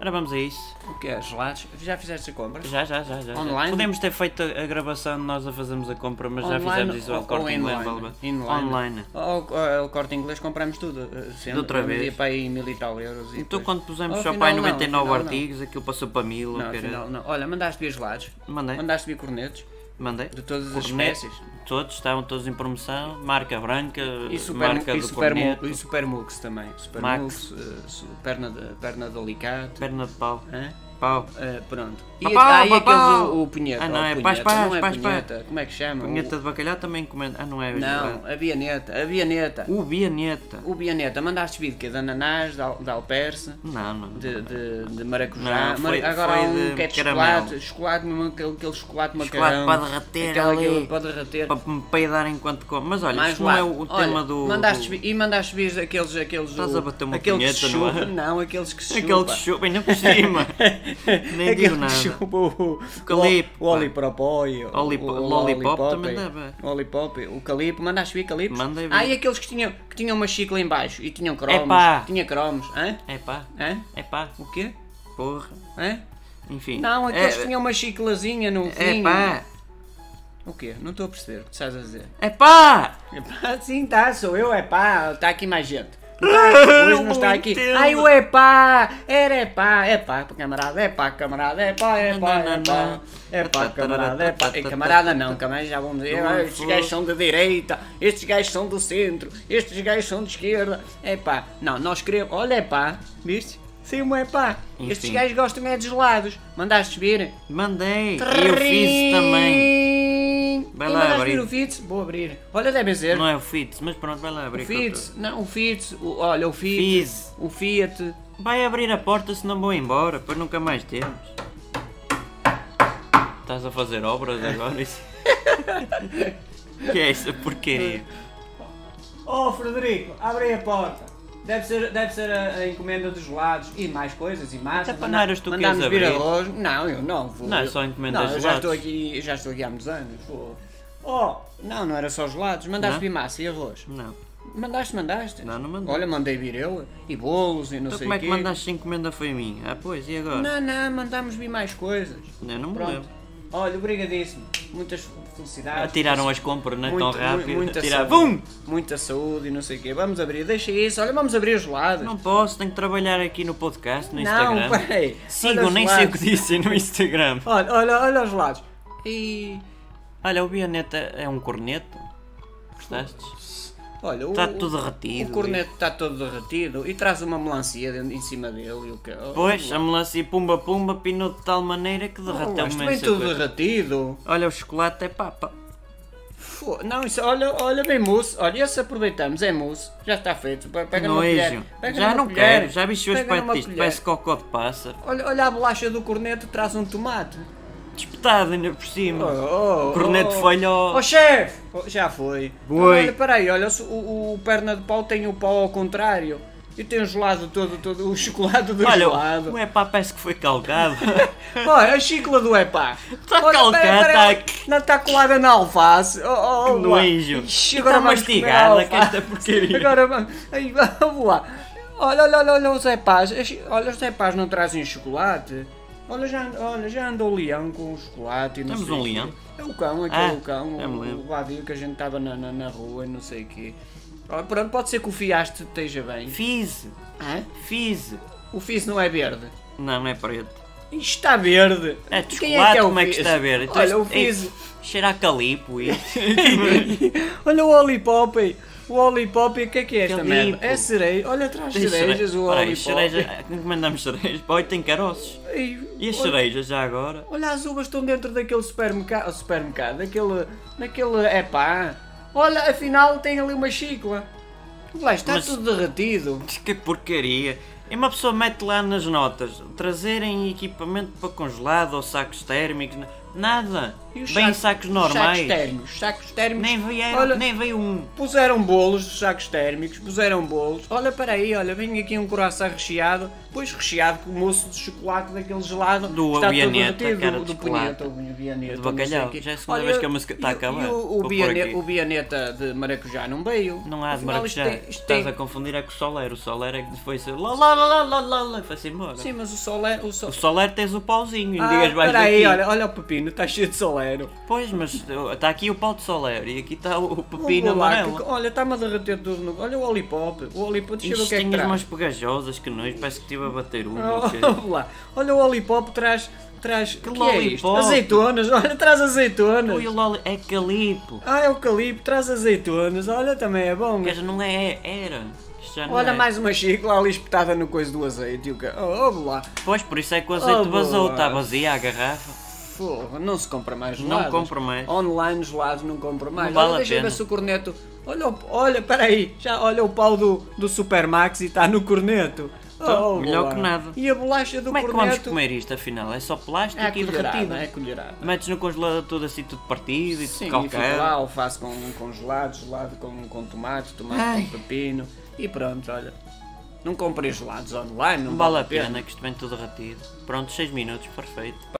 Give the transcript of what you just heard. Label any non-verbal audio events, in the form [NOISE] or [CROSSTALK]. Ora vamos a isso. O que é? Gelados? Já fizeste a compra? Já, já, já. já. Online? Podemos ter feito a a gravação de nós a fazermos a compra, mas já Online fizemos isso ao ou- corte ou inglês. inline? vale bem. Inline. Online. Ao, ao corte inglês comprámos tudo. eh, Sempre. outra Um vez. dia para aí mil e tal euros. E Então depois- quando pusemos Ao só final, para aí não, 99 afinal, não. artigos, aquilo passou para 1000. Não, que era- afinal, não. Olha, mandaste vir gelados. Mandei, Mandaste vir cornetos. mandei. De todas as Cornet- espécies. Todos, estavam todos em promoção. Marca branca, E super, marca e do super, mu- corneto, e super mux também. Super Max. mux, eh, su- perna, de, perna de alicate. perna de pau. hã? Pau. Eh, pronto. E Papau, há aí papau. aqueles o, o punheta. Ah, não, o é punheta. pás, não é pás, pás, punheta. Como é que chama? Punheta de bacalhau também encomenda. Ah, não é? O- Não, a bianeta. A bianeta. O Bianeta. O bianeta, mandaste vir é de quê? De ananás, de, al- de alperce, Não, não. É não. de, de, de maracujá. Não, Mara- foi- Agora foi há um de que é de caramelo. chocolate, chocolate mesmo, aquele, aquele chocolate Chocolate macarrão. para derreter Aquela, ali. aquele para derreter. Para me peidar enquanto como. Mas olha, Mais isto não é lá. o o Olha, tema do. Mandaste, do- vir- E mandaste vir aqueles. aqueles Estás a bater uma aquele que punheta, não é? chupa, Não, aqueles que se Aquele chupa. que chupa, ainda por cima. [LAUGHS] [LAUGHS] Nem Aquele digo nada. É que chupa o, calipo, o, pá. olipropóio, o Olipo- o lollipop lollipop, também dava. o Lollipop, o calipo, mandaste vir calipo? Mandei vir. Ah, e aqueles que tinham, que tinham uma chicla em baixo e tinham cromos. Epá. Tinha cromos, hã? É pá. Hã? É pá. O quê? Porra. Hã? Enfim. Não, aqueles é, que tinham uma chiclazinha no fim. É pá. O quê? Não estou a perceber o que estás a dizer. É pá. Epá, sim, tá, sou eu, é pá, tá aqui mais gente. Hoje não está aqui. entendo. Ai, o é pá, era é pá, é pá, camarada, é pá, camarada, é pá, é pá, é pá, é pá, camarada, é pá. E camarada não, camarada já vão dizer, é "Ah, estes gajos são de direita, estes gajos são do centro, estes gajos são de esquerda, é pá. Não, nós queremos, olha, é pá, viste? Sim, um é pá. Estes Enfim. gajos gostam é de gelados. Mandaste vir? Mandei. E eu fiz também. Vai Vai lá lá, abrir. abrir o Fitz? Vou abrir. Olha, deve ser. Não é o Fitz, mas pronto, vai lá abrir. O Fiat, não, o Fiat, o- olha, o Fiat, Fizz. o Fiat, Vai abrir a porta senão vou embora, depois nunca mais temos. Estás a fazer obras agora? [LAUGHS] Isso? que é essa porcaria? Oh, Frederico, abre a porta. Deve ser, deve ser a, a encomenda dos lados e mais coisas e mais. Até para não eras Então, tu que Mandámos ias vir abrir. arroz. Não, eu não vou. Não, é eu- só encomendas não, eu já gelados. estou aqui, já estou aqui há muitos anos. vou. Oh, não, não era só gelados. Mandaste Não? vir massa e arroz. Não. Mandaste, mandaste. Não, não mandei. Olha, mandei vir eu e bolos e não Então sei como é quê. que mandaste a encomenda foi minha? Ah pois, e agora? Não, não, mandámos vir mais coisas. Eu não me Pronto. lembro. Olha, obrigadíssimo. Muitas felicidades. Atiraram as compras, não é? Tão Muito- mu- rápido. muita Atiraram. saúde. Bum! Muita saúde e não sei o quê. Vamos abrir, deixa isso. Olha, vamos abrir os lados. Não posso, tenho que trabalhar aqui no podcast, no Instagram. não peraí. Sigam, Olha nem os sei o que lados. disse no Instagram. Olha, olha, olha os lados. E. Olha, o Bianeta é um corneto. Gostaste? Olha, o- Está Tá tudo derretido. O corneto está todo derretido e traz uma melancia dentro- em cima dele. E o que... é, oh. Pois, a melancia pumba pumba pinou de tal maneira que derreteu Isto imensa vem tudo coisa. derretido. Olha, o chocolate é papa. Fo- Não, isso, olha, olha, vem mousse. Olha, esse aproveitamos, é mousse. Já está feito. Pe- Pega numa colher. Nojo. Pega Já numa não colher. quero, já bicho os Pega numa pés disto. colher. Parece cocó de pássaro. Olha, olha a bolacha do corneto, traz um tomate. Espetado ainda por cima. Oh, oh, Corneto oh. falha Oh, chefe! Oh, já foi. Foi. Olha, peraí, olha, o, o- o perna de pau tem o pau ao contrário. E tem o gelado todo, todo o chocolate do Olha, gelado. o epá parece que foi calcado. Olha, a chicla do Epá. Tá Olha, calcada, peraí, peraí, tá- Não está colada na alface. Oh, oh, Que oh, lá. nojo. Ixi, E agora tá vamos comer mastigada, alface. que esta porcaria. Agora vamos. Aí, vamos lá. Olha, olha, olha, olha os Epás. As- Olha, os Epás não trazem chocolate. Olha, já, and- olha, já andou o leão com o chocolate e não Temos sei um o quê. leão? É o cão, aquele Ah, o cão, já me lembro. o, o vadio que a gente estava na, na, na rua e não sei o quê. Olha, pronto, pode ser que o fiaste esteja bem. [LAUGHS] Fiz. Hã? Fiz. O fiz não é verde. Não, não é preto. Isto está verde. É de Quem chocolate, o como é que Fizz? está a ver? Então Olha, o isto- ei, Fizz. Cheira a calipo [LAUGHS] isto. é Olha o Olipop. O Olipop, o que é que é esta Calipo. merda? É cereja. Olha, traz cerejas o Ora aí, Olipop. cereja- Encomendamos cerejas. Pá, olha, tem caroços. E E as olha, cerejas já agora? olha, as uvas estão dentro daquele supermercado, ah, supermercado daquele, daquele epá. Olha, afinal tem ali uma chicla. Lá está Mas- tudo derretido. Que porcaria! E uma pessoa mete lá nas notas, trazerem equipamento para congelado ou sacos térmicos. não- Nada. E os Bem sacos- sacos Sacos normais. térmicos, sacos térmicos. Nem veio, Olha, nem veio um. Puseram bolos dos sacos térmicos, puseram bolos. Olha para aí, olha, vem aqui um coração recheado, pois recheado com o moço de chocolate daquele gelado. Do que está todo Bianeta, derretido, cara de do, do chocolate. Punheta, o Bianeta, Do não sei bacalhau. o quê. Já é a segunda vez que a música está a e- acabar. E o, Vou o, pôr Biane- aqui. o Bianeta de Maracujá não veio. Não há de Afinal, isto maracujá. tem- isto Estás tem- a confundir é com o Soler. O Soler é que foi ser. Lá, lá, lá, lá, lá, lá, foi-se embora. Sim, mas o Solé. O sol... O Soler tens o pauzinho, não Ah, digas mais espera aí, daqui. olha, olha o pepino, está cheio de é, solero. Pois, mas está aqui o pau de Soler e aqui está o Um pepino bolaca, amarelo. olha, está-me a derreter tudo. No... Olha o Olipop. O Olipop, deixa eu ver o Isto que é que tem traz. umas pegajosas que nós parece que estive a bater um. Oh, não sei. [LAUGHS] vamos lá. Olha o Olipop traz. Traz. Que, que é isto? lollipop? Azeitonas, olha, traz Ui, azeitonas. o Loli é calipo. Ah, é o calipo, traz azeitonas, olha, também é bom. Quer dizer, não é, é- era. Isto já não Olha é. mais uma chicla ali espetada no coiso do azeite. e o ca- Oh, oh lá. Pois, por isso é que o azeite Oh, vazou, boa. está vazia a garrafa. Porra, não se compra mais Não gelados. compro mais. Online gelados não compra mais. Não vale olha, a deixa eu ver pena. se o corneto. Olha, o- olha, peraí, já olha o pau do, do Supermax e está no corneto. Então, Oh, melhor lá. que nada. E a bolacha do Como é que vamos corneto. comer isto afinal? É só plástico É a e colherada, derretido. é a colherada. Metes no congelador tudo assim, tudo partido e Sim, tudo e fica lá calcado. alface com, com gelado, gelado com, com tomate, tomate Ai. com pepino e pronto, olha. Não comprei gelados online, não Não vale a pena que isto vem tudo derretido. Pronto, 6 minutos, perfeito.